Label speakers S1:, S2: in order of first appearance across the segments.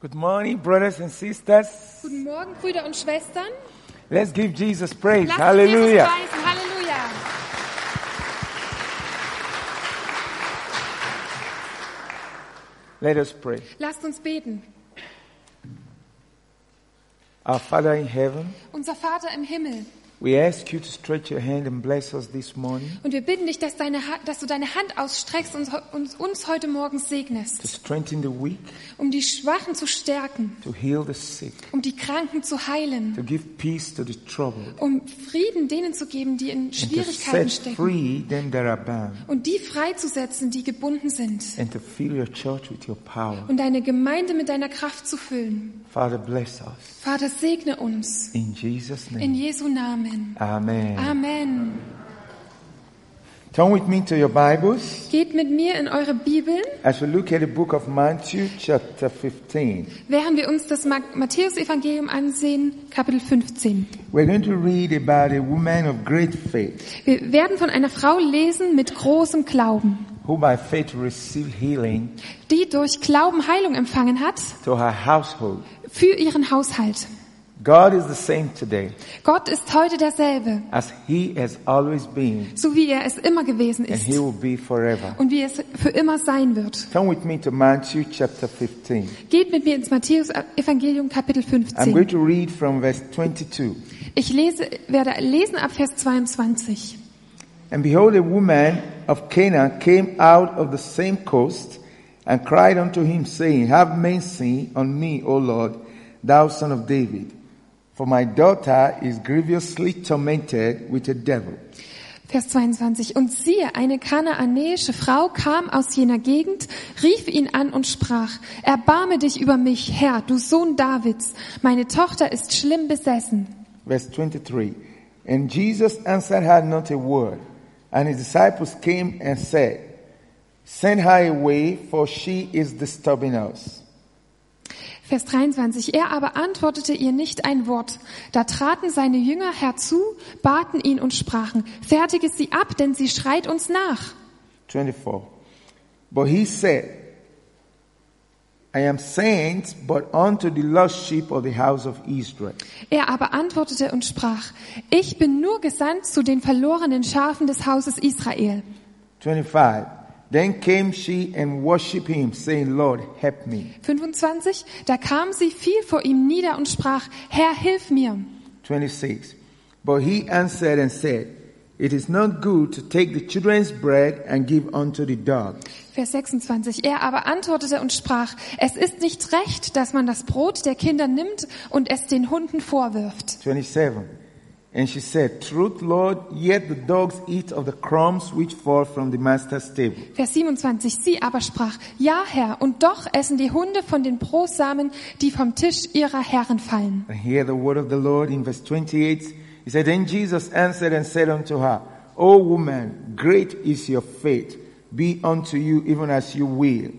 S1: Good morning, brothers and sisters.
S2: Guten Morgen, Brüder und Schwestern.
S1: Let's give Jesus praise.
S2: Lasst uns Jesus
S1: Hallelujah.
S2: preisen. Halleluja.
S1: Let us pray.
S2: Lasst uns beten.
S1: Our Father in heaven,
S2: Unser Vater im Himmel.
S1: we ask you to stretch your hand and bless us this morning,
S2: Und wir bitten dich, dass, deine, Ha- dass du deine Hand ausstreckst und ho- uns, uns heute Morgen
S1: to
S2: segnest,
S1: strengthen the weak,
S2: um die Schwachen zu stärken,
S1: to heal the sick,
S2: um die Kranken zu heilen,
S1: to give peace to the troubled,
S2: um Frieden denen zu geben, die in
S1: and to
S2: Schwierigkeiten
S1: set
S2: stecken
S1: free them that are bound,
S2: und die freizusetzen, die gebunden sind
S1: and to fill your church with your power.
S2: und deine Gemeinde mit deiner Kraft zu füllen.
S1: Father, bless us.
S2: Vater, segne uns.
S1: In Jesus'
S2: In
S1: name.
S2: Jesu Namen.
S1: Amen.
S2: Amen.
S1: Turn with me to your Bibles
S2: Geht mit mir in eure Bibeln,
S1: as we look at the book of Matthew, chapter 15.
S2: während wir uns das Ma- Matthäusevangelium ansehen, Kapitel 15.
S1: We're going to read about a woman of great faith
S2: Wir werden von einer Frau lesen mit großem Glauben,
S1: who by faith received healing
S2: die durch Glauben Heilung empfangen hat
S1: to her household.
S2: für ihren Haushalt.
S1: God is the same today
S2: Gott ist heute derselbe,
S1: as he has always been
S2: so wie er es immer gewesen
S1: and he
S2: ist
S1: will be forever.
S2: und wie es für immer sein wird.
S1: Turn with me to Matthew chapter 15.
S2: Geht mit mir ins Matthäus-Evangelium Kapitel
S1: I'm going
S2: 15.
S1: to read from verse 22.
S2: Ich lese, werde lesen ab Vers 22.
S1: And behold, a woman of Cana came out of the same coast and cried unto him, saying, Have mercy on me, O Lord, thou son of David, for my daughter is grievously tormented with a devil.
S2: Vers 22. Und siehe, eine kanaanäische Frau kam aus jener Gegend, rief ihn an und sprach, Erbarme dich über mich, Herr, du Sohn Davids, meine Tochter ist schlimm besessen.
S1: Verse 23. And Jesus answered her not a word. And his disciples came and said, Send her away, for she is disturbing us.
S2: Vers 23. Er aber antwortete ihr nicht ein Wort. Da traten seine Jünger herzu, baten ihn und sprachen, Fertige sie ab, denn sie schreit uns nach.
S1: 24. But he said, I am sent but unto the lost sheep of the house of Israel.
S2: Er aber antwortete und sprach, Ich bin nur gesandt zu den verlorenen Schafen des Hauses Israel.
S1: 25. Then came she and worshipped him, saying, Lord, help me.
S2: 25. Da kam sie, fiel vor ihm nieder und sprach, Herr, hilf mir.
S1: 26. But he answered and said, It is not good to take the children's bread and give unto the dogs.
S2: Vers 26. Er aber antwortete und sprach, es ist nicht recht, dass man das Brot der Kinder nimmt und es den Hunden vorwirft.
S1: 27. And she said, Truth, Lord, yet the dogs eat of the crumbs which fall from the master's table.
S2: Vers 27. Sie aber sprach, ja, Herr, und doch essen die Hunde von den Brosamen, die vom Tisch ihrer Herren fallen.
S1: And hear the word of the Lord in verse 28. He said, Then Jesus answered and said unto her, O woman, great is your faith. Be unto you even as you will.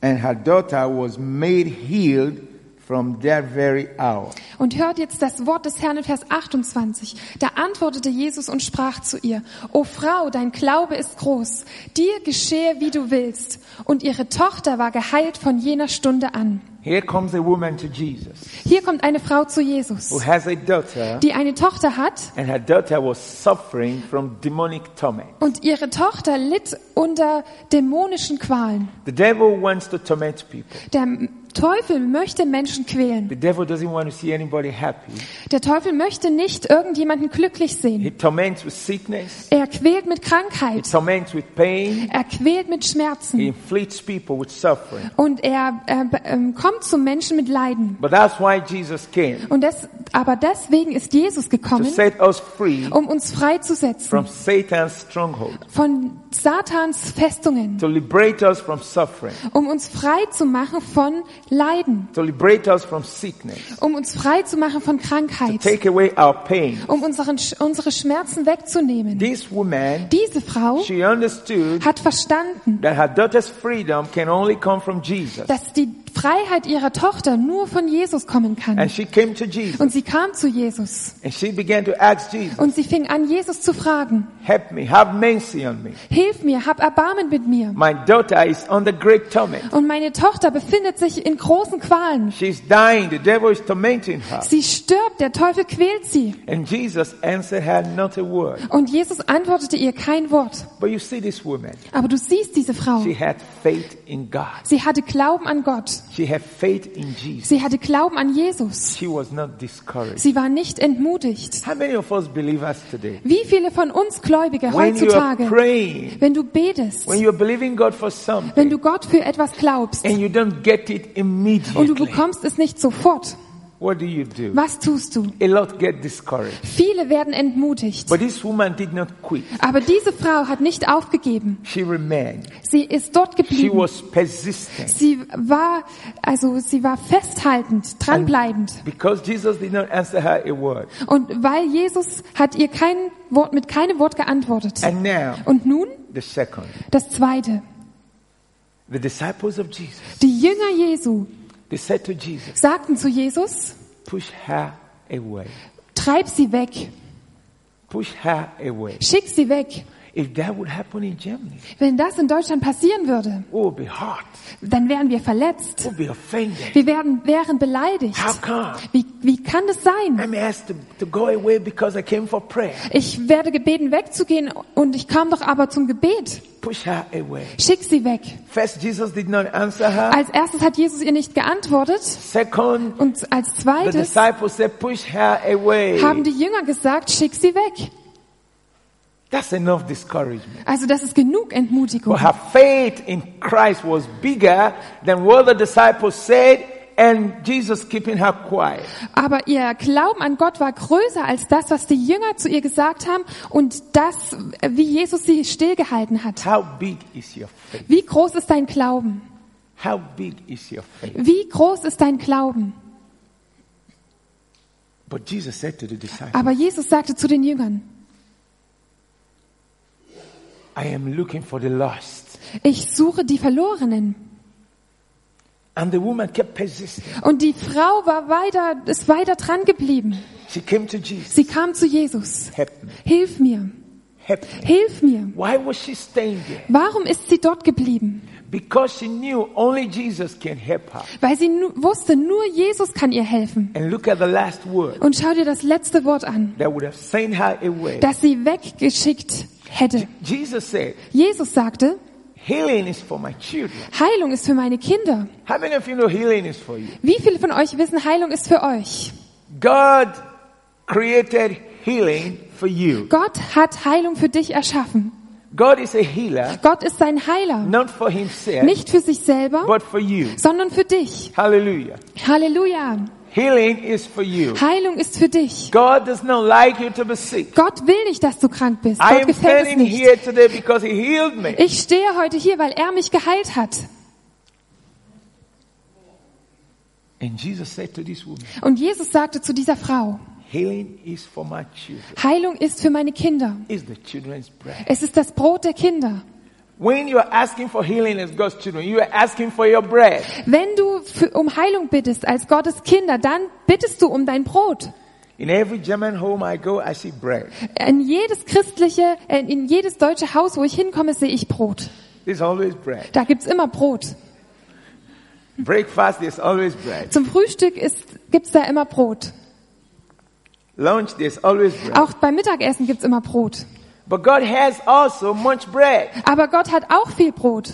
S1: And her daughter was made healed from that very hour.
S2: Und hört jetzt das Wort des Herrn in Vers 28. Da antwortete Jesus und sprach zu ihr, O Frau, dein Glaube ist groß, dir geschehe, wie du willst. Und ihre Tochter war geheilt von jener Stunde an.
S1: Here comes a woman to Jesus
S2: Hier kommt eine Frau zu
S1: who
S2: Jesus,
S1: has a daughter,
S2: die eine Tochter hat
S1: and her daughter was suffering from demonic torment.
S2: und ihre Tochter litt unter dämonischen Qualen.
S1: The devil wants to torment people.
S2: Der Teufel möchte Menschen quälen.
S1: The devil doesn't want to see anybody happy.
S2: Der Teufel möchte nicht irgendjemanden glücklich
S1: He
S2: sehen.
S1: torments with sickness,
S2: Er quält mit
S1: he
S2: Krankheit,
S1: torments with pain,
S2: er quält mit
S1: he
S2: Schmerzen
S1: inflicts people with suffering.
S2: und er äh, be- ähm, kommt zu Menschen mit Leiden.
S1: But that's why Jesus came
S2: Und das, aber deswegen ist Jesus
S1: to
S2: gekommen,
S1: set us free
S2: um uns freizusetzen
S1: from Satan's stronghold,
S2: von Satans Festungen,
S1: to liberate us from suffering,
S2: um uns frei zu machen von Leiden,
S1: to liberate us from sickness,
S2: um uns frei zu machen von
S1: to
S2: Krankheit,
S1: take away our pain.
S2: um unseren, Sch- unsere Schmerzen wegzunehmen.
S1: This woman,
S2: Diese Frau
S1: she understood
S2: hat verstanden,
S1: that her daughter's freedom can only come from Jesus.
S2: dass die Freiheit ihrer Tochter nur von Jesus kommen kann.
S1: And she came to Jesus
S2: Und sie kam zu Jesus
S1: and she began to ask Jesus,
S2: und sie fing an, Jesus zu fragen,
S1: help me, have mercy on me.
S2: Hilf mir, hab Erbarmen mit mir.
S1: My daughter is under great torment.
S2: Und meine Tochter befindet sich in großen Qualen.
S1: She's dying. The devil is tormenting her.
S2: Sie stirbt, der Teufel quält sie.
S1: And Jesus answered her not a word.
S2: Und Jesus antwortete ihr kein Wort.
S1: But you see this woman,
S2: Aber du siehst diese Frau.
S1: she had faith in God.
S2: Sie hatte Glauben an Gott.
S1: She had faith in Jesus.
S2: Sie hatte Glauben an Jesus.
S1: She was not discouraged.
S2: Sie war nicht entmutigt.
S1: How many of us believers today?
S2: Wie viele von uns Gläubige
S1: When you are
S2: heutzutage,
S1: praying,
S2: wenn du betest,
S1: when you're believing God for
S2: wenn
S1: something,
S2: du Gott für etwas glaubst
S1: and you don't get it
S2: und du
S1: immediately,
S2: bekommst es nicht sofort,
S1: what do you do?
S2: was tust du?
S1: A lot get discouraged.
S2: Viele werden entmutigt.
S1: But this woman did not quit.
S2: Aber diese Frau hat nicht aufgegeben.
S1: She remained.
S2: Sie ist dort
S1: She
S2: geblieben.
S1: was persistent.
S2: Sie war, also sie war festhaltend, dranbleibend.
S1: Because Jesus did not answer her a word.
S2: Und weil Jesus hat ihr kein Wort, mit keinem Wort geantwortet.
S1: And now,
S2: Und nun
S1: the second.
S2: das Zweite.
S1: The disciples of Jesus,
S2: Die Jünger Jesu
S1: they said to Jesus,
S2: sagten zu Jesus,
S1: push her away.
S2: treib sie weg,
S1: Push her away.
S2: schick sie weg.
S1: If that would happen in Germany,
S2: Wenn das in Deutschland passieren würde,
S1: we would be hurt.
S2: dann wären wir
S1: We
S2: verletzt.
S1: would be offended.
S2: Wir werden, wären beleidigt.
S1: How come?
S2: Wie, wie kann das sein?
S1: I'm asked to, to go away because I came for prayer.
S2: Ich werde gebeten, wegzugehen und ich kam doch aber zum Gebet.
S1: Push her away.
S2: Schick sie weg.
S1: First, Jesus did not answer her.
S2: Als erstes hat Jesus ihr nicht geantwortet.
S1: Second,
S2: Und als
S1: the
S2: zweites
S1: disciples said, push her away.
S2: haben die Jünger gesagt, schick sie weg.
S1: That's enough discouragement.
S2: Also das ist genug Entmutigung.
S1: But her faith in Christ was bigger than what the disciples said and Jesus keeping her quiet.
S2: Aber ihr Glauben an Gott war größer als das, was die Jünger zu ihr gesagt haben und das, wie Jesus sie stillgehalten hat.
S1: How big is your faith?
S2: Wie groß ist dein Glauben?
S1: How big is your faith?
S2: Wie groß ist dein Glauben?
S1: But Jesus said to the disciples,
S2: Aber Jesus sagte zu den Jüngern,
S1: I am looking for the lost.
S2: ich suche die Verlorenen.
S1: And the woman kept persisting.
S2: Und die Frau war weiter, ist weiter dran geblieben.
S1: She came to Jesus.
S2: Sie kam zu Jesus.
S1: Help me.
S2: Hilf mir,
S1: Help me.
S2: hilf mir.
S1: Why was she staying there?
S2: Warum ist sie dort geblieben?
S1: Because she knew only Jesus can help her.
S2: Weil sie nu wusste, nur Jesus kann ihr helfen.
S1: And look at the last word
S2: Und schau dir das letzte Wort an,
S1: that would have sent her away.
S2: das sie weggeschickt hätte.
S1: Jesus said,
S2: Jesus sagte,
S1: healing is for my children.
S2: Heilung ist für meine Kinder.
S1: How many of you know healing is for you?
S2: Wie viele von euch wissen, Heilung ist für euch?
S1: God created healing for you.
S2: Gott hat Heilung für dich erschaffen.
S1: God is a healer,
S2: Gott ist sein Heiler.
S1: not for himself,
S2: Nicht für sich selber,
S1: but for you.
S2: sondern für dich.
S1: Hallelujah.
S2: Halleluja.
S1: Healing is for you.
S2: Heilung ist für dich.
S1: God does not like you to be sick.
S2: Gott will nicht, dass du krank bist.
S1: I
S2: Gott
S1: am
S2: gefällt es
S1: standing
S2: nicht.
S1: here today because He healed me.
S2: Ich stehe heute hier, weil er mich geheilt hat.
S1: And Jesus said to this woman,
S2: Und Jesus sagte zu dieser Frau,
S1: healing is for my children.
S2: Heilung ist für meine Kinder.
S1: It's the children's bread.
S2: Es ist das Brot der Kinder.
S1: When you are asking for healing as God's children, you are asking for your bread.
S2: Wenn du für, um Heilung bittest als Gottes Kinder, dann bittest du um dein Brot.
S1: In every German home I go, I see bread.
S2: In jedes christliche, äh, in jedes deutsche Haus, wo ich hinkomme, sehe ich Brot.
S1: There's always bread.
S2: Da gibt's immer Brot.
S1: Breakfast, there's always bread.
S2: Zum Frühstück ist, gibt's da immer Brot.
S1: Lunch, there's always bread.
S2: Auch beim Mittagessen gibt's immer Brot.
S1: But God has also much bread
S2: Aber Gott hat auch viel Brot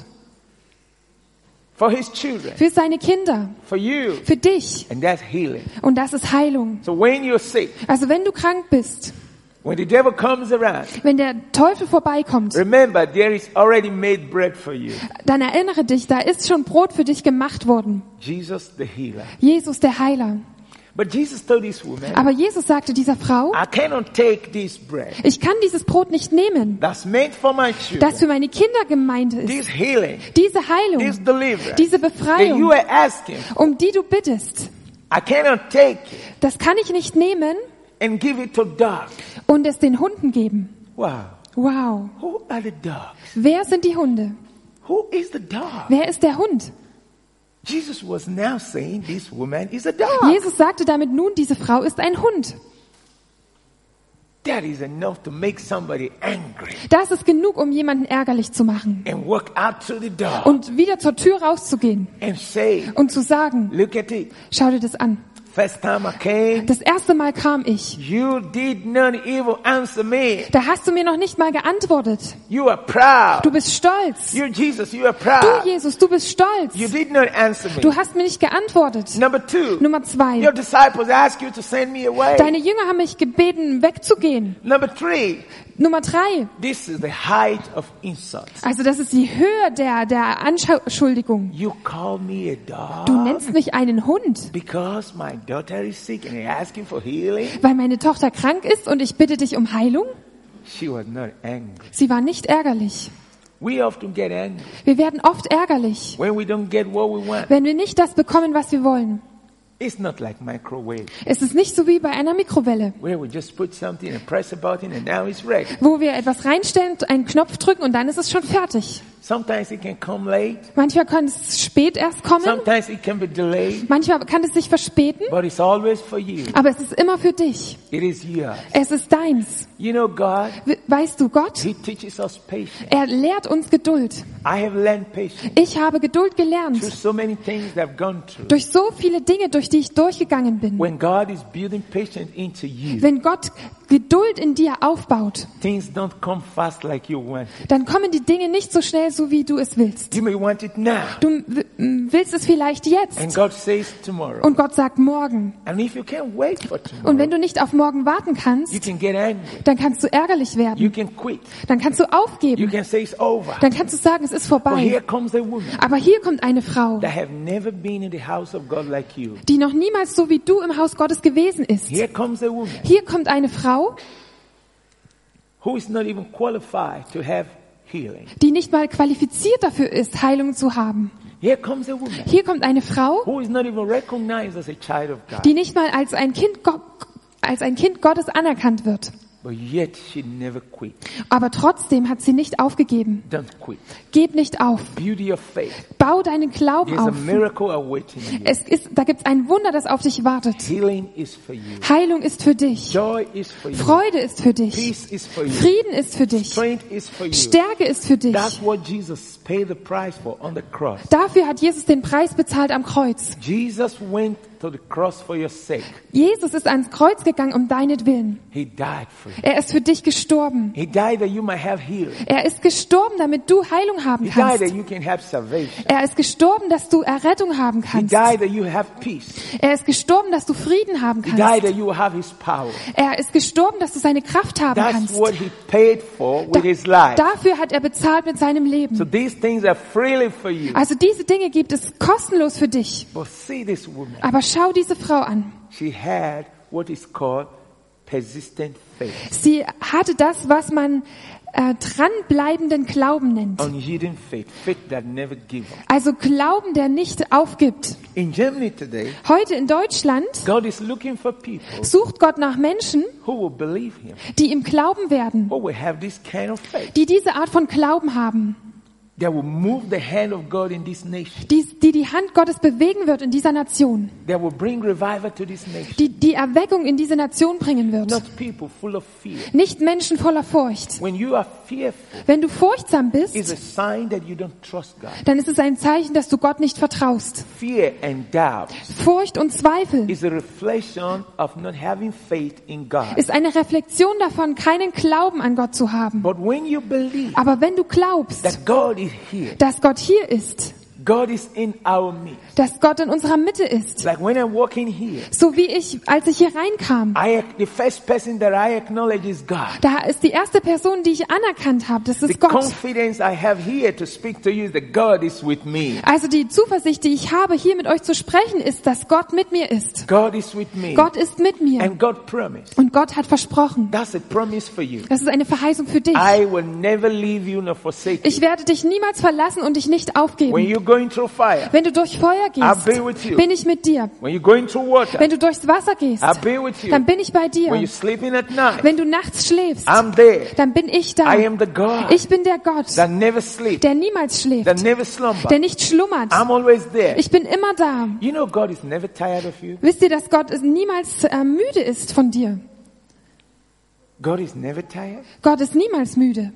S1: for His children,
S2: für seine Kinder,
S1: for you.
S2: für dich.
S1: And that's healing.
S2: Und das ist Heilung.
S1: So when you're sick,
S2: Also wenn du krank bist,
S1: when the devil comes around,
S2: wenn der Teufel vorbeikommt,
S1: remember there is already made bread for you.
S2: dann erinnere dich, da ist schon Brot für dich gemacht worden.
S1: Jesus the healer.
S2: Jesus der Heiler.
S1: But Jesus told this woman,
S2: Aber Jesus sagte dieser Frau,
S1: I cannot take this bread
S2: ich kann dieses Brot nicht nehmen,
S1: that's meant for my
S2: das
S1: children.
S2: für meine Kinder gemeint ist.
S1: This healing,
S2: Diese
S1: this
S2: Heilung,
S1: deliverance
S2: diese
S1: that you
S2: Befreiung,
S1: are asking,
S2: um die du bittest,
S1: I cannot take it
S2: das kann ich nicht nehmen
S1: and give it to dogs.
S2: und es den Hunden geben.
S1: Wow.
S2: Wow.
S1: Who are the dogs?
S2: Wer sind die Hunde?
S1: Who is the dog?
S2: Wer ist der Hund?
S1: Jesus was now saying this woman is a dog.
S2: Jesus sagte damit nun, diese Frau ist ein Hund.
S1: That is enough to make somebody angry
S2: Das ist genug, um jemanden ärgerlich zu machen
S1: and walk out to the dog
S2: und wieder zur Tür rauszugehen
S1: and say,
S2: und zu sagen,
S1: Look at it.
S2: schau dir das an.
S1: First time I came,
S2: Das erste Mal kam ich.
S1: you did none evil answer me.
S2: Da hast du mir noch nicht mal geantwortet.
S1: You are proud.
S2: Du bist stolz.
S1: You Jesus, you are
S2: Du,
S1: proud.
S2: Jesus, du bist stolz.
S1: Ah. You did not answer me.
S2: Du hast mir nicht geantwortet.
S1: Number two,
S2: Nummer zwei.
S1: your disciples asked you to send me away.
S2: Deine Jünger haben mich gebeten, wegzugehen.
S1: Number three,
S2: Nummer drei.
S1: this is the height of insult.
S2: Also das ist die Höhe der, der Anschuldigung.
S1: You call me a
S2: Du
S1: dog
S2: nennst mich einen Hund,
S1: because my daughter is sick and you're asking for healing.
S2: weil meine Tochter krank ist und ich bitte dich um Heilung?
S1: She was not angry.
S2: Sie war nicht ärgerlich.
S1: We often get angry
S2: Wir werden oft ärgerlich,
S1: when we don't get what we want.
S2: wenn wir nicht das bekommen, was wir wollen.
S1: It's not like microwave
S2: Es ist nicht so wie bei einer Mikrowelle,
S1: where we just put something and press a button and now it's ready.
S2: wo wir etwas reinstellen, einen Knopf drücken und dann ist es schon fertig.
S1: Sometimes it can come late.
S2: Manchmal kann es spät erst kommen,
S1: Sometimes it can be delayed.
S2: manchmal kann es sich verspäten,
S1: But it's always for you.
S2: aber es ist immer für dich.
S1: It is yours.
S2: Es ist deins.
S1: You know, God,
S2: We- Weißt du, Gott,
S1: He teaches us patience.
S2: er lehrt uns Geduld.
S1: I have learned patience
S2: Ich habe Geduld gelernt.
S1: through so many things that I've gone through.
S2: durch so viele Dinge, durch die ich durchgegangen bin.
S1: When God is building patience into you,
S2: Wenn Gott Geduld in dir aufbaut,
S1: things don't come fast like you want. it.
S2: dann kommen die Dinge nicht so schnell, so wie du es willst.
S1: You may want it now.
S2: Du w- m, willst es vielleicht
S1: And
S2: jetzt
S1: God says tomorrow.
S2: und Gott sagt morgen.
S1: And if you can't wait for
S2: Und
S1: tomorrow,
S2: wenn du nicht auf morgen warten
S1: you
S2: kannst,
S1: can get angry.
S2: dann kannst du ärgerlich
S1: You
S2: werden.
S1: can quit.
S2: Dann kannst du
S1: You Oh,
S2: aufgeben.
S1: can say it's over.
S2: Dann kannst du sagen, es ist
S1: But here
S2: vorbei.
S1: comes a woman
S2: Aber hier kommt eine Frau,
S1: that have never been in the house of God like you.
S2: die noch niemals so wie du im Haus Gottes gewesen ist.
S1: Here comes a woman
S2: Hier kommt eine Frau,
S1: who is not even qualified to have healing.
S2: die nicht mal qualifiziert dafür ist, Heilung zu haben.
S1: Here comes a woman
S2: Hier kommt eine Frau,
S1: who is not even recognized as a child of God,
S2: die nicht mal als ein Kind, Go- als ein kind Gottes anerkannt wird.
S1: but yet she never quit.
S2: Aber trotzdem hat sie nicht aufgegeben.
S1: Don't quit.
S2: Geb nicht auf.
S1: Beauty of faith.
S2: Bau deinen Glauben
S1: There's a
S2: auf.
S1: miracle awaiting you.
S2: Es ist, da gibt's ein Wunder, das auf dich wartet.
S1: Healing is for you.
S2: Heilung ist für dich.
S1: Joy is for you.
S2: Freude ist für dich.
S1: Peace is for you.
S2: Frieden ist für dich.
S1: Strength is for you.
S2: Stärke ist für dich.
S1: That's what Jesus paid the price for on the cross.
S2: Dafür hat Jesus den Preis bezahlt am Kreuz.
S1: Jesus went to the cross for your sake.
S2: Jesus ist ans Kreuz gegangen um deinetwillen.
S1: He died for you.
S2: Er ist für dich gestorben.
S1: He died that you might have healing.
S2: Er ist gestorben, damit du Heilung haben
S1: He died that
S2: kannst.
S1: you can have salvation.
S2: Er ist gestorben, dass du Errettung haben
S1: He
S2: kannst.
S1: died that you have peace.
S2: Er ist gestorben, dass du Frieden haben
S1: He died
S2: kannst.
S1: that you have his power.
S2: Er ist gestorben, dass du seine Kraft haben
S1: That's
S2: kannst.
S1: what he paid for with his
S2: Da,
S1: life.
S2: dafür hat er bezahlt mit seinem
S1: So
S2: Leben.
S1: these things are freely for you.
S2: Also diese Dinge gibt es kostenlos für dich.
S1: But see this woman.
S2: Aber schau diese Frau an.
S1: She had what is called persistent faith,
S2: Sie hatte das, was man äh, dranbleibenden Glauben nennt.
S1: unyielding faith, faith that never gives up.
S2: Also Glauben, der nicht aufgibt.
S1: In Germany today,
S2: Heute in Deutschland
S1: God is looking for people
S2: sucht Gott nach Menschen,
S1: who will believe him,
S2: die ihm glauben werden,
S1: who will have this kind of faith,
S2: die diese Art von Glauben haben,
S1: that will move the hand of God in this nation,
S2: die die, die Hand Gottes bewegen wird in dieser Nation,
S1: that will bring revival to this nation.
S2: die die Erweckung in diese Nation bringen wird.
S1: Not people full of fear.
S2: Nicht Menschen voller Furcht.
S1: When you are fearful,
S2: Wenn du furchtsam
S1: it's a
S2: bist,
S1: sign that you don't trust God.
S2: dann ist es ein Zeichen, dass du Gott nicht vertraust.
S1: Fear and doubt
S2: Furcht und Zweifel
S1: is a reflection of not having faith in God.
S2: ist eine Reflexion davon, keinen Glauben an Gott zu haben.
S1: But when you believe
S2: Aber wenn du glaubst,
S1: that God is here,
S2: dass Gott hier ist,
S1: God is in our midst.
S2: dass Gott in unserer Mitte ist,
S1: Like when I walk in here,
S2: so wie ich, als ich hier reinkam,
S1: I ac- the first person that I acknowledge is God.
S2: da ist die erste Person, die ich anerkannt habe, das
S1: The
S2: ist Gott.
S1: confidence I have here to speak to you is that God is with me.
S2: Also die Zuversicht, die ich habe, hier mit euch zu sprechen, ist, dass Gott mit mir ist.
S1: God is with me.
S2: Gott ist mit mir
S1: And God promised.
S2: und Gott hat versprochen.
S1: That's a promise for you.
S2: Das ist eine Verheißung für dich.
S1: I will never leave you nor forsake you.
S2: Ich werde dich niemals verlassen und dich nicht
S1: When
S2: aufgeben.
S1: you going through fire,
S2: Wenn du durch Feuer gehst,
S1: I'll be with you.
S2: bin ich mit dir.
S1: when you're going through water,
S2: Wenn du durchs Wasser gehst,
S1: I'll be with you.
S2: dann bin ich bei dir.
S1: when you're sleeping at night,
S2: Wenn du nachts schläfst,
S1: I'm there.
S2: dann bin ich da.
S1: I am the God
S2: Ich bin der Gott,
S1: that never sleeps,
S2: der niemals schläft,
S1: that never slumbers.
S2: der nicht schlummert.
S1: I'm always there.
S2: Ich bin immer da.
S1: You know God is never tired of you.
S2: Wisst ihr, dass Gott es niemals äh, müde ist von dir?
S1: God is never tired
S2: Gott ist niemals müde,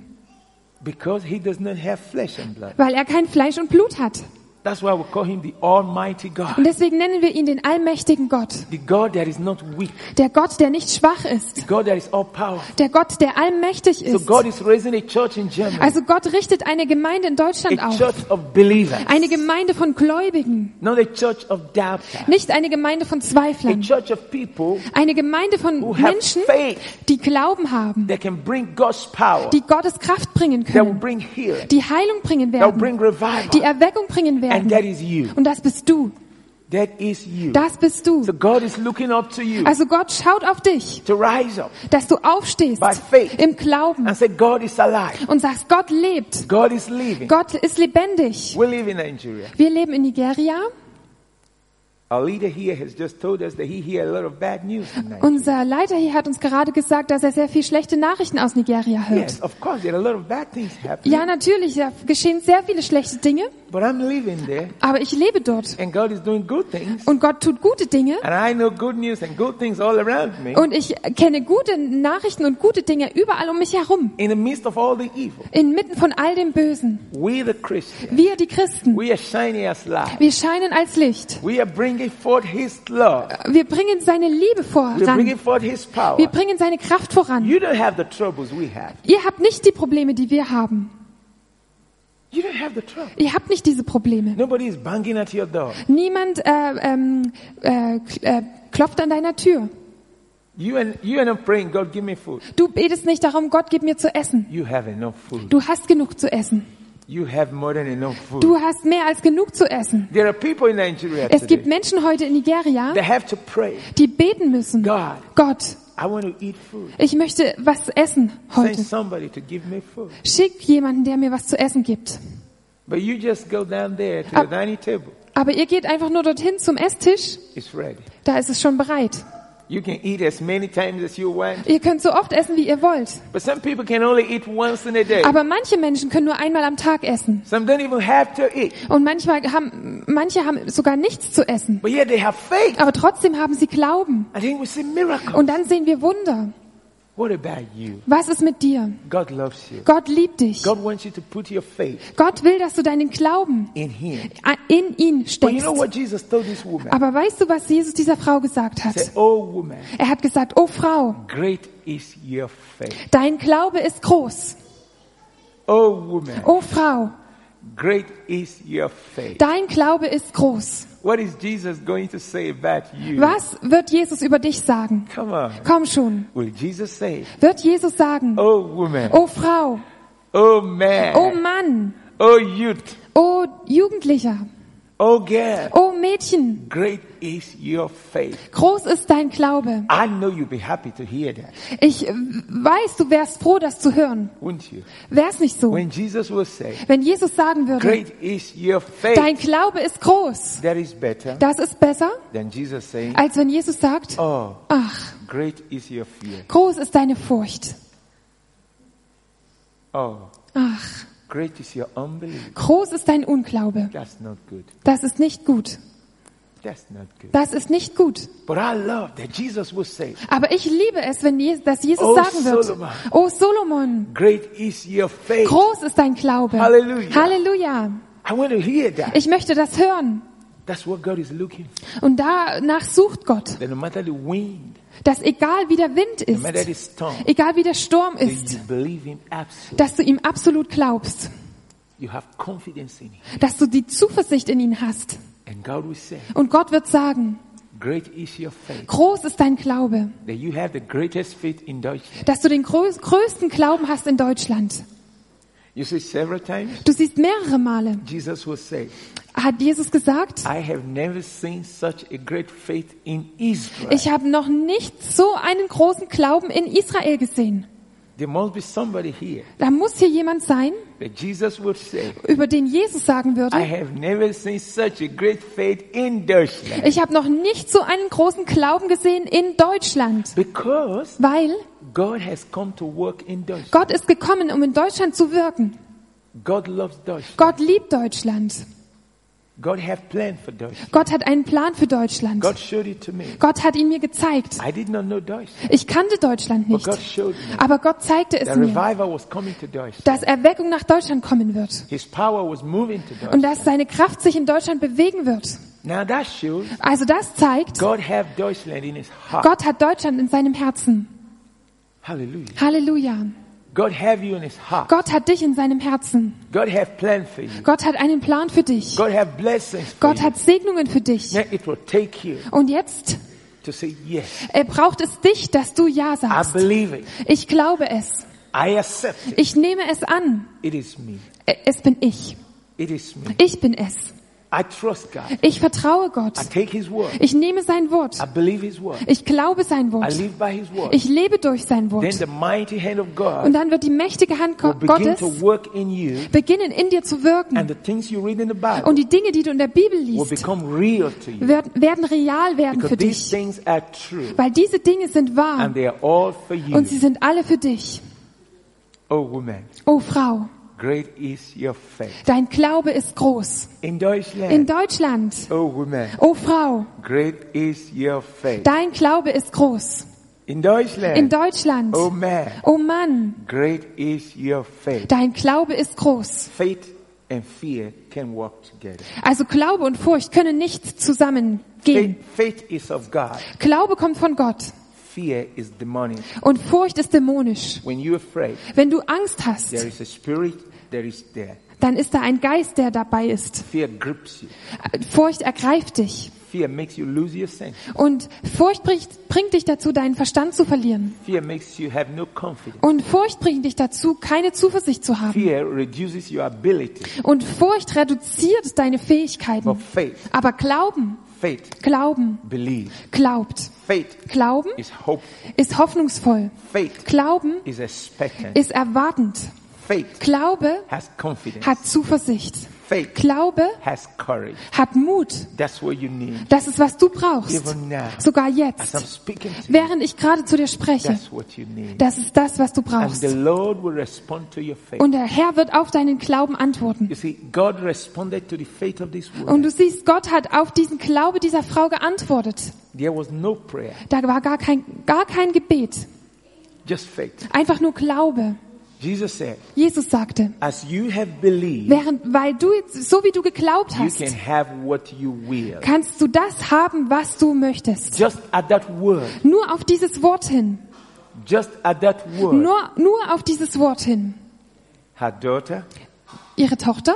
S1: because he does not have flesh and blood.
S2: weil er kein Fleisch und Blut hat.
S1: That's why we call him the Almighty
S2: Und
S1: God.
S2: deswegen nennen wir ihn den allmächtigen Gott.
S1: The God that is not weak.
S2: Der Gott, der nicht schwach ist.
S1: The God that is all powerful.
S2: Der Gott, der allmächtig
S1: So
S2: ist.
S1: God is raising a church in Germany.
S2: Also Gott richtet eine Gemeinde in Deutschland
S1: A
S2: auf.
S1: church of believers.
S2: Eine Gemeinde von Gläubigen,
S1: Not a church of doubters.
S2: nicht eine Gemeinde von
S1: A
S2: Zweiflern.
S1: church of people
S2: Eine Gemeinde von
S1: who have
S2: Menschen,
S1: faith
S2: die Glauben haben,
S1: that can bring God's power.
S2: die Gottes Kraft bringen
S1: That will
S2: können,
S1: bring healing.
S2: die Heilung bringen
S1: That will
S2: werden,
S1: bring revival.
S2: die Erweckung bringen
S1: And
S2: werden.
S1: that is you.
S2: Und das bist du.
S1: That is you.
S2: Das bist du.
S1: So God is looking up to you
S2: Also Gott schaut auf dich,
S1: to rise up
S2: dass du aufstehst
S1: By faith.
S2: im Glauben
S1: and say, God is alive.
S2: und sagst, Gott lebt.
S1: God is living.
S2: Gott ist lebendig.
S1: We live in Nigeria.
S2: Wir leben in Nigeria.
S1: Our leader here has just told us that he hear a lot of bad news in Nigeria.
S2: Unser Leiter hier hat uns gerade gesagt, dass er sehr viel schlechte Nachrichten aus Nigeria hört.
S1: Yes, of course, there are a lot of bad things happening.
S2: Ja, natürlich, da geschehen sehr viele schlechte Dinge,
S1: But I'm living there,
S2: aber ich lebe dort.
S1: and God is doing good things.
S2: Und Gott tut gute Dinge.
S1: And I know good news and good things all around me.
S2: Und ich kenne gute Nachrichten und gute Dinge überall um mich herum.
S1: In the midst of all the evil,
S2: Inmitten von all dem Bösen.
S1: we the Christians,
S2: Wir, die Christen,
S1: we are shining as light.
S2: wir scheinen als Licht.
S1: We are bringing forth His love.
S2: Wir bringen seine Liebe
S1: We are bringing forth
S2: voran.
S1: His power.
S2: Wir bringen seine Kraft voran.
S1: You don't have the troubles we have.
S2: Ihr habt nicht die Probleme, die wir haben.
S1: You don't have the trouble.
S2: Ihr habt nicht diese Probleme.
S1: Nobody is banging at your door.
S2: Niemand äh, ähm, äh, kl- äh, klopft an deiner Tür.
S1: You and you and I'm praying, God, give me food.
S2: Du betest nicht darum, Gott, gib mir zu essen.
S1: You have enough food.
S2: Du hast genug zu essen.
S1: You have more than enough food.
S2: Du hast mehr als genug zu essen.
S1: There are people in Nigeria
S2: Es gibt
S1: today.
S2: Menschen heute in Nigeria,
S1: They have to pray.
S2: die beten müssen.
S1: God.
S2: Gott,
S1: I want to eat food.
S2: ich möchte was essen
S1: Send
S2: heute.
S1: somebody to give me food.
S2: Schick jemanden, der mir was zu essen gibt.
S1: But you just go down there to
S2: Ah.
S1: the dining table.
S2: Aber ihr geht einfach nur dorthin zum Esstisch,
S1: It's ready.
S2: da ist es schon bereit.
S1: You can eat as many times as you want.
S2: Ihr könnt so oft essen, wie ihr wollt.
S1: But some people can only eat once in a day.
S2: Aber manche Menschen können nur einmal am Tag essen.
S1: Some don't even have to eat.
S2: Und manchmal haben, manche haben sogar nichts zu essen.
S1: But yet they have faith.
S2: Aber trotzdem haben sie Glauben.
S1: And then we see miracles.
S2: Und dann sehen wir Wunder.
S1: What about you?
S2: Was ist mit dir?
S1: God loves you.
S2: Gott liebt dich.
S1: God wants you to put your faith
S2: Gott will, dass du deinen Glauben
S1: in Him.
S2: in ihn
S1: But you
S2: steckst.
S1: know what Jesus told this woman?
S2: Aber weißt du, was Jesus dieser Frau gesagt
S1: He said,
S2: hat?
S1: Oh woman,
S2: Er hat gesagt, oh Frau,
S1: great is your faith.
S2: dein Glaube ist groß.
S1: Oh woman,
S2: Oh Frau,
S1: great is your faith.
S2: dein Glaube ist groß.
S1: What is Jesus going to say about you?
S2: Was wird Jesus über dich sagen?
S1: Come on.
S2: Komm schon.
S1: Will Jesus say,
S2: Wird Jesus sagen,
S1: Oh woman,
S2: oh Frau,
S1: oh man,
S2: oh Mann,
S1: oh youth,
S2: oh Jugendlicher,
S1: oh girl,
S2: oh Mädchen,
S1: great is your faith.
S2: groß ist dein Glaube.
S1: I know you'll be happy to hear that,
S2: Ich äh, weiß, du wärst froh, das zu hören.
S1: wouldn't you?
S2: Wär's nicht so.
S1: When Jesus will say,
S2: Wenn Jesus sagen würde,
S1: Great is your
S2: dein
S1: faith,
S2: Glaube ist groß,
S1: that is better
S2: das ist besser,
S1: than Jesus saying,
S2: als wenn Jesus sagt,
S1: Oh,
S2: ach,
S1: great is your fear.
S2: groß ist deine Furcht.
S1: Oh,
S2: Ach,
S1: great is your unbelief.
S2: groß ist dein Unglaube.
S1: That's not good.
S2: Das ist nicht gut.
S1: That's not good.
S2: Das ist nicht gut.
S1: But I love that Jesus will say,
S2: Aber ich liebe es, wenn Je dass Jesus
S1: Oh,
S2: sagen wird,
S1: Solomon.
S2: oh Solomon,
S1: Great is your faith.
S2: groß ist dein Glaube.
S1: Halleluja.
S2: Halleluja.
S1: I want to hear that.
S2: Ich möchte das hören.
S1: That's what God is looking for.
S2: Und danach sucht Gott,
S1: That no matter the wind,
S2: dass egal wie der Wind
S1: no matter the
S2: ist,
S1: storm,
S2: egal wie der Sturm
S1: that
S2: ist,
S1: you believe Him absolutely.
S2: dass du ihm absolut glaubst,
S1: You have confidence in Him.
S2: dass du die Zuversicht in ihn hast.
S1: And God will say,
S2: Und Gott wird sagen,
S1: Great is your faith.
S2: groß ist dein Glaube,
S1: That you have the greatest faith in Deutschland.
S2: dass du den grö- größten Glauben hast in Deutschland.
S1: You see, several times,
S2: Du siehst mehrere Male,
S1: Jesus will say,
S2: hat Jesus gesagt,
S1: I have never seen such a great faith in Israel.
S2: ich habe noch nicht so einen großen Glauben in Israel gesehen.
S1: There must be somebody here
S2: Da muss hier jemand sein,
S1: that Jesus would say,
S2: über den Jesus sagen
S1: I
S2: würde,
S1: have never seen such a great faith in Deutschland.
S2: ich habe noch nicht so einen großen Glauben gesehen in Deutschland,
S1: Because
S2: weil
S1: God has come to work in Deutschland.
S2: Gott ist gekommen, um in Deutschland zu wirken.
S1: God loves Deutschland.
S2: Gott liebt Deutschland.
S1: God have planned for Deutschland.
S2: Gott hat einen Plan für Deutschland.
S1: God showed it to me.
S2: Gott hat ihn mir gezeigt.
S1: I did not know Deutschland.
S2: Ich kannte Deutschland
S1: But
S2: nicht,
S1: God showed me.
S2: aber Gott zeigte es
S1: The
S2: mir,
S1: Oh revival was coming to Deutschland.
S2: dass Erweckung nach Deutschland kommen wird
S1: His power was moving to Deutschland.
S2: und dass seine Kraft sich in Deutschland bewegen wird.
S1: Now that shows
S2: Also das zeigt,
S1: God have Deutschland in his heart.
S2: Gott hat Deutschland in seinem Herzen.
S1: Hallelujah.
S2: Halleluja.
S1: God have you in his heart.
S2: Gott hat dich in seinem Herzen.
S1: God have planned for you.
S2: Gott hat einen Plan für dich.
S1: God have blessings for
S2: Gott
S1: you.
S2: hat Segnungen für dich.
S1: Now it will take you
S2: Und jetzt
S1: to say, yes,
S2: äh, braucht es dich, dass du Ja
S1: I
S2: sagst.
S1: believe it.
S2: Ich glaube es.
S1: I accept it.
S2: Ich nehme es an.
S1: It is me.
S2: Ä- Es bin ich.
S1: It is me.
S2: Ich bin es.
S1: I trust God.
S2: Ich vertraue
S1: I
S2: Gott.
S1: take his word.
S2: Ich nehme sein Wort.
S1: I believe his word.
S2: Ich glaube sein
S1: I
S2: Wort.
S1: live by his word.
S2: Ich lebe durch sein
S1: Then
S2: Wort.
S1: the mighty hand of
S2: Und
S1: God
S2: dann wird die mächtige Hand
S1: will
S2: Go-
S1: begin to
S2: Gottes
S1: work in you
S2: beginnen, in dir zu wirken.
S1: and the things you read in the Bible
S2: Und die Dinge, die du in der Bibel
S1: will
S2: liest,
S1: become real to you.
S2: werden, werden real werden
S1: Because
S2: für
S1: these
S2: dich.
S1: things are true
S2: Weil diese Dinge sind wahr.
S1: and they are all for you.
S2: Und sie sind alle für dich.
S1: Oh woman,
S2: O Frau,
S1: great is your faith.
S2: dein Glaube ist groß.
S1: In
S2: In
S1: Deutschland,
S2: Deutschland.
S1: oh woman,
S2: O Frau,
S1: great is your faith.
S2: dein Glaube ist groß.
S1: In
S2: In
S1: Deutschland,
S2: Deutschland.
S1: oh man,
S2: O Mann,
S1: great is your faith.
S2: dein Glaube ist groß.
S1: Faith and fear can work together.
S2: Also Glaube und Furcht können nicht zusammengehen.
S1: Faith, faith is of God.
S2: Glaube kommt von Gott
S1: Fear is demonic.
S2: und Furcht ist dämonisch.
S1: When you're afraid,
S2: Wenn du Angst hast,
S1: there is a spirit that is there.
S2: dann ist da ein Geist, der dabei ist.
S1: Fear grips you.
S2: Furcht ergreift dich
S1: Fear makes you lose your sense.
S2: und Furcht bringt, bringt dich dazu, deinen Verstand zu verlieren.
S1: Fear makes you have no confidence.
S2: Und Furcht bringt dich dazu, keine Zuversicht zu haben.
S1: Fear reduces your ability.
S2: Und Furcht reduziert deine
S1: But
S2: Fähigkeiten.
S1: faith,
S2: Aber Glauben,
S1: faith,
S2: Glauben,
S1: believe.
S2: glaubt.
S1: Faith
S2: Glauben
S1: is hope.
S2: ist hoffnungsvoll.
S1: Faith
S2: Glauben
S1: is expectant.
S2: ist erwartend.
S1: Faith
S2: Glaube
S1: has confidence.
S2: hat Zuversicht.
S1: Faith
S2: Glaube
S1: has courage.
S2: hat Mut.
S1: That's what you need.
S2: Das ist, was du brauchst.
S1: Even now,
S2: Sogar
S1: as I'm
S2: jetzt.
S1: speaking to you,
S2: Während ich gerade zu dir spreche.
S1: that's what you need.
S2: Das ist das, was du
S1: And
S2: brauchst.
S1: the Lord will respond to your faith.
S2: Und der Herr wird auf deinen Glauben
S1: You
S2: antworten.
S1: see, God responded to the faith of this
S2: Und
S1: woman.
S2: du siehst, Gott hat auf diesen Glaube dieser Frau geantwortet.
S1: There was no prayer,
S2: Da war gar kein, gar kein Gebet.
S1: just faith.
S2: Einfach nur Glaube.
S1: Jesus said,
S2: Jesus sagte,
S1: as you have believed,
S2: während, weil du, jetzt- so wie du geglaubt
S1: you
S2: hast,
S1: can have what you will.
S2: kannst du das haben, was du möchtest.
S1: Just at that word,
S2: Nur auf dieses Wort hin.
S1: just at that word,
S2: Nur, nur auf dieses Wort hin.
S1: her daughter
S2: Ihre Tochter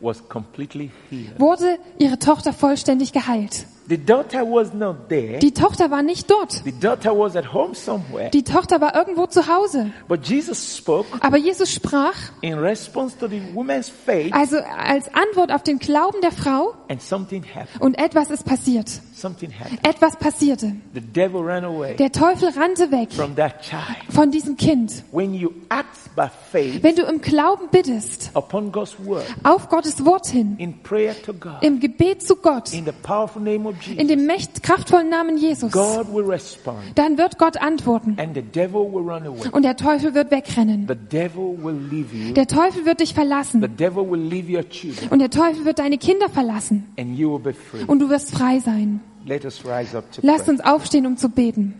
S1: was completely healed.
S2: wurde ihre Tochter vollständig geheilt.
S1: The daughter was not there.
S2: Die Tochter war nicht dort.
S1: The daughter was at home somewhere.
S2: Die Tochter war irgendwo zu Hause.
S1: But Jesus spoke
S2: Aber Jesus sprach,
S1: in response to the woman's faith,
S2: also als Antwort auf den Glauben der Frau,
S1: and something happened.
S2: und etwas ist passiert.
S1: Something happened.
S2: Etwas passierte.
S1: The devil ran away
S2: Der Teufel rannte weg
S1: from that child.
S2: von diesem Kind.
S1: When you act by faith
S2: Wenn du im Glauben bittest,
S1: upon God's word,
S2: auf Gottes Wort hin,
S1: in prayer to God,
S2: im Gebet zu Gott,
S1: in the powerful name of
S2: in
S1: Jesus,
S2: dem mächt kraftvollen Namen Jesus,
S1: God will respond,
S2: dann wird Gott antworten
S1: and the devil will run away.
S2: und der Teufel wird wegrennen.
S1: The devil will leave you.
S2: Der Teufel wird dich
S1: The
S2: verlassen
S1: devil will leave your children,
S2: und der Teufel wird deine Kinder verlassen
S1: and you will be free.
S2: und du wirst frei sein.
S1: Let us rise up to
S2: Lasst
S1: pray.
S2: uns aufstehen, um zu beten.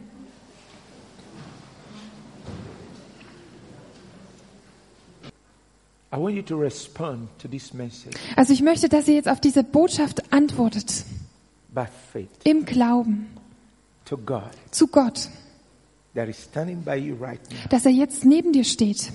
S1: I want you to respond to this message
S2: Also ich möchte, dass ihr jetzt auf diese Botschaft antwortet.
S1: by faith
S2: Im Glauben
S1: to God
S2: zu Gott,
S1: that is standing by you right now
S2: dass er jetzt neben dir steht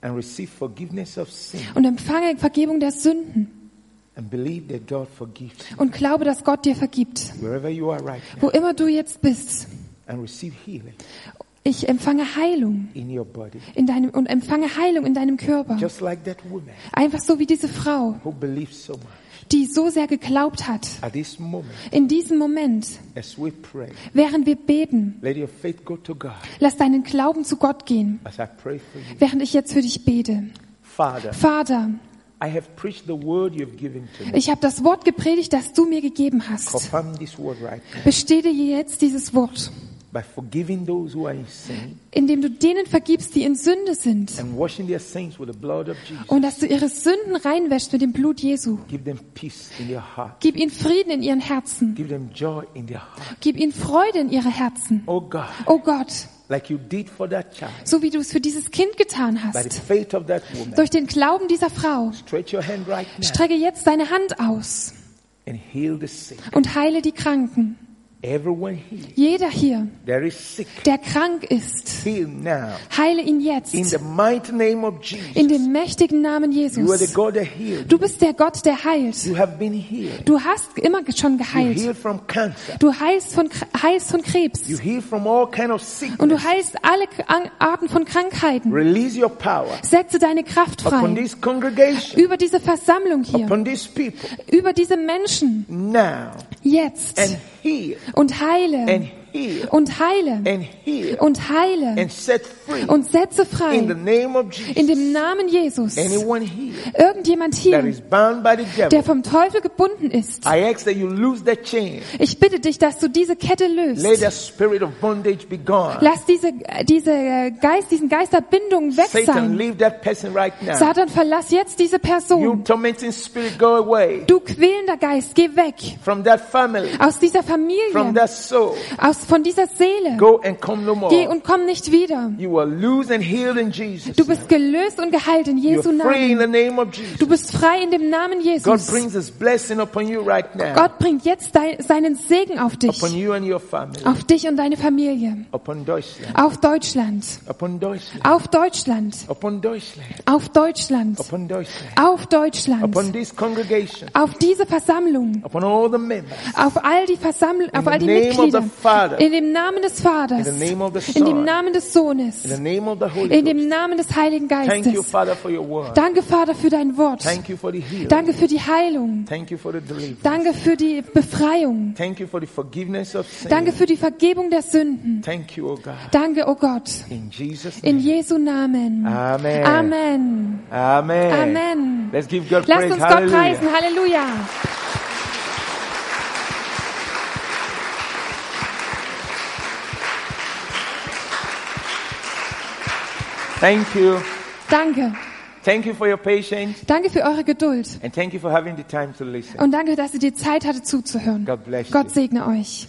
S1: and receive forgiveness of sin
S2: und empfange Vergebung der Sünden
S1: and believe that God forgives you
S2: und glaube, dass Gott dir vergibt.
S1: wherever you are right now
S2: Wo immer du jetzt bist
S1: and receive healing.
S2: Ich empfange Heilung
S1: in your body.
S2: in deinem, und empfange Heilung in deinem Körper.
S1: Just like that woman
S2: Einfach so wie diese Frau,
S1: who believed so much.
S2: die so sehr geglaubt hat.
S1: At this moment,
S2: In diesem Moment,
S1: as we pray,
S2: während wir beten,
S1: let your faith go to God
S2: lass deinen Glauben zu Gott gehen,
S1: as I pray for you.
S2: während ich jetzt für dich bete.
S1: Father,
S2: Vater,
S1: I have preached the word you've given to me.
S2: ich habe das Wort gepredigt, das du mir gegeben hast.
S1: Confirm this word right now.
S2: Bestätige jetzt dieses Wort,
S1: By forgiving those who are in sin
S2: indem du denen vergibst, die in Sünde sind.
S1: and washing their sins with the blood of Jesus,
S2: Und dass du ihre Sünden reinwäschst mit dem Blut Jesu.
S1: give them peace in their heart.
S2: Gib ihnen Frieden in ihren Herzen.
S1: Give them joy in their heart.
S2: Gib ihnen Freude in ihre Herzen.
S1: Oh God,
S2: Oh Gott,
S1: like you did for that child,
S2: so wie du es für dieses Kind getan
S1: by the
S2: hast,
S1: faith of that woman,
S2: durch den Glauben dieser Frau,
S1: stretch your hand right now
S2: strecke jetzt deine Hand aus
S1: and heal the sick.
S2: und heile die Kranken.
S1: Everyone here
S2: Jeder hier,
S1: that is sick,
S2: der krank ist,
S1: heal now.
S2: heile
S1: In
S2: ihn jetzt
S1: the mighty name of
S2: in
S1: Jesus,
S2: dem mächtigen Namen
S1: you are the
S2: Jesus.
S1: God that healed.
S2: Du bist der Gott, der heilt.
S1: You have been healed.
S2: Du hast immer schon
S1: You
S2: geheilt.
S1: heal from cancer.
S2: Du heilst von, Kr- heilst von
S1: You
S2: Krebs
S1: heal from all kind of
S2: und du
S1: sickness.
S2: heilst alle K- An- Arten von Krankheiten.
S1: Release your power
S2: Setze deine Kraft
S1: upon
S2: frei
S1: this congregation,
S2: über diese Versammlung hier,
S1: upon these people
S2: über diese Menschen
S1: now,
S2: jetzt
S1: and heal,
S2: und
S1: and
S2: heile
S1: heal,
S2: und heile
S1: and heal,
S2: und heile
S1: and set free
S2: und setze
S1: in the
S2: frei
S1: name of
S2: in
S1: Jesus.
S2: dem Namen Jesus.
S1: Anyone here
S2: Irgendjemand
S1: that
S2: hier,
S1: is bound by the
S2: der
S1: devil,
S2: vom Teufel gebunden ist,
S1: I ask that you lose the chain.
S2: ich bitte dich, dass du diese Kette
S1: Let
S2: löst.
S1: the spirit of bondage be gone.
S2: Lass diese, diese äh, Geist, diesen Geist der Bindung weg
S1: Satan,
S2: sein.
S1: leave that person right now.
S2: Satan, verlass jetzt diese Person.
S1: You tormenting spirit, go away
S2: Du quälender Geist, geh weg
S1: from that family,
S2: aus dieser
S1: from
S2: Familie,
S1: that soul.
S2: aus, von dieser Seele.
S1: Go and come no
S2: Geh
S1: more.
S2: und komm nicht wieder.
S1: You are loose and healed in Jesus.
S2: Du bist gelöst und geheilt in
S1: You're
S2: Jesu
S1: free in
S2: Namen.
S1: the name of Jesus.
S2: Du bist frei in dem Namen
S1: God
S2: Jesus.
S1: brings His blessing upon you right now,
S2: Gott bringt jetzt dei- seinen Segen auf dich,
S1: upon you and your family,
S2: auf dich und deine Familie,
S1: upon Deutschland,
S2: auf Deutschland,
S1: upon Deutschland,
S2: auf Deutschland,
S1: upon Deutschland,
S2: auf Deutschland,
S1: upon Deutschland,
S2: auf Deutschland,
S1: upon this congregation,
S2: auf diese Versammlung,
S1: upon all the members,
S2: auf all die Versammlung, auf
S1: the
S2: all die
S1: name of the
S2: Mitglieder,
S1: Father,
S2: in dem Namen des Vaters,
S1: in the name of the
S2: in dem
S1: Son,
S2: Namen des Sohnes,
S1: in the name of the Holy
S2: In dem
S1: Ghost.
S2: Namen des Heiligen
S1: Thank you,
S2: Geistes.
S1: Father, for your word.
S2: Danke, Vater, für dein Wort.
S1: Thank you for the healing.
S2: Danke für die Heilung.
S1: Thank you for the deliverance.
S2: Danke für die Befreiung.
S1: Thank you for the forgiveness of sin.
S2: Danke für die Vergebung der Sünden.
S1: Thank you, O God.
S2: Danke, oh Gott.
S1: In Jesus'
S2: In
S1: name.
S2: Jesu Namen.
S1: Amen.
S2: Amen.
S1: Amen.
S2: Amen.
S1: Let's give God
S2: Lasst
S1: praise.
S2: uns Gott
S1: Hallelujah.
S2: preisen. Halleluja.
S1: Thank you.
S2: Danke.
S1: Thank you for your patience
S2: Danke für eure Geduld.
S1: and thank you for having the time to listen.
S2: Und danke, dass ihr die Zeit hattet zuzuhören.
S1: God bless you.
S2: Gott segne euch.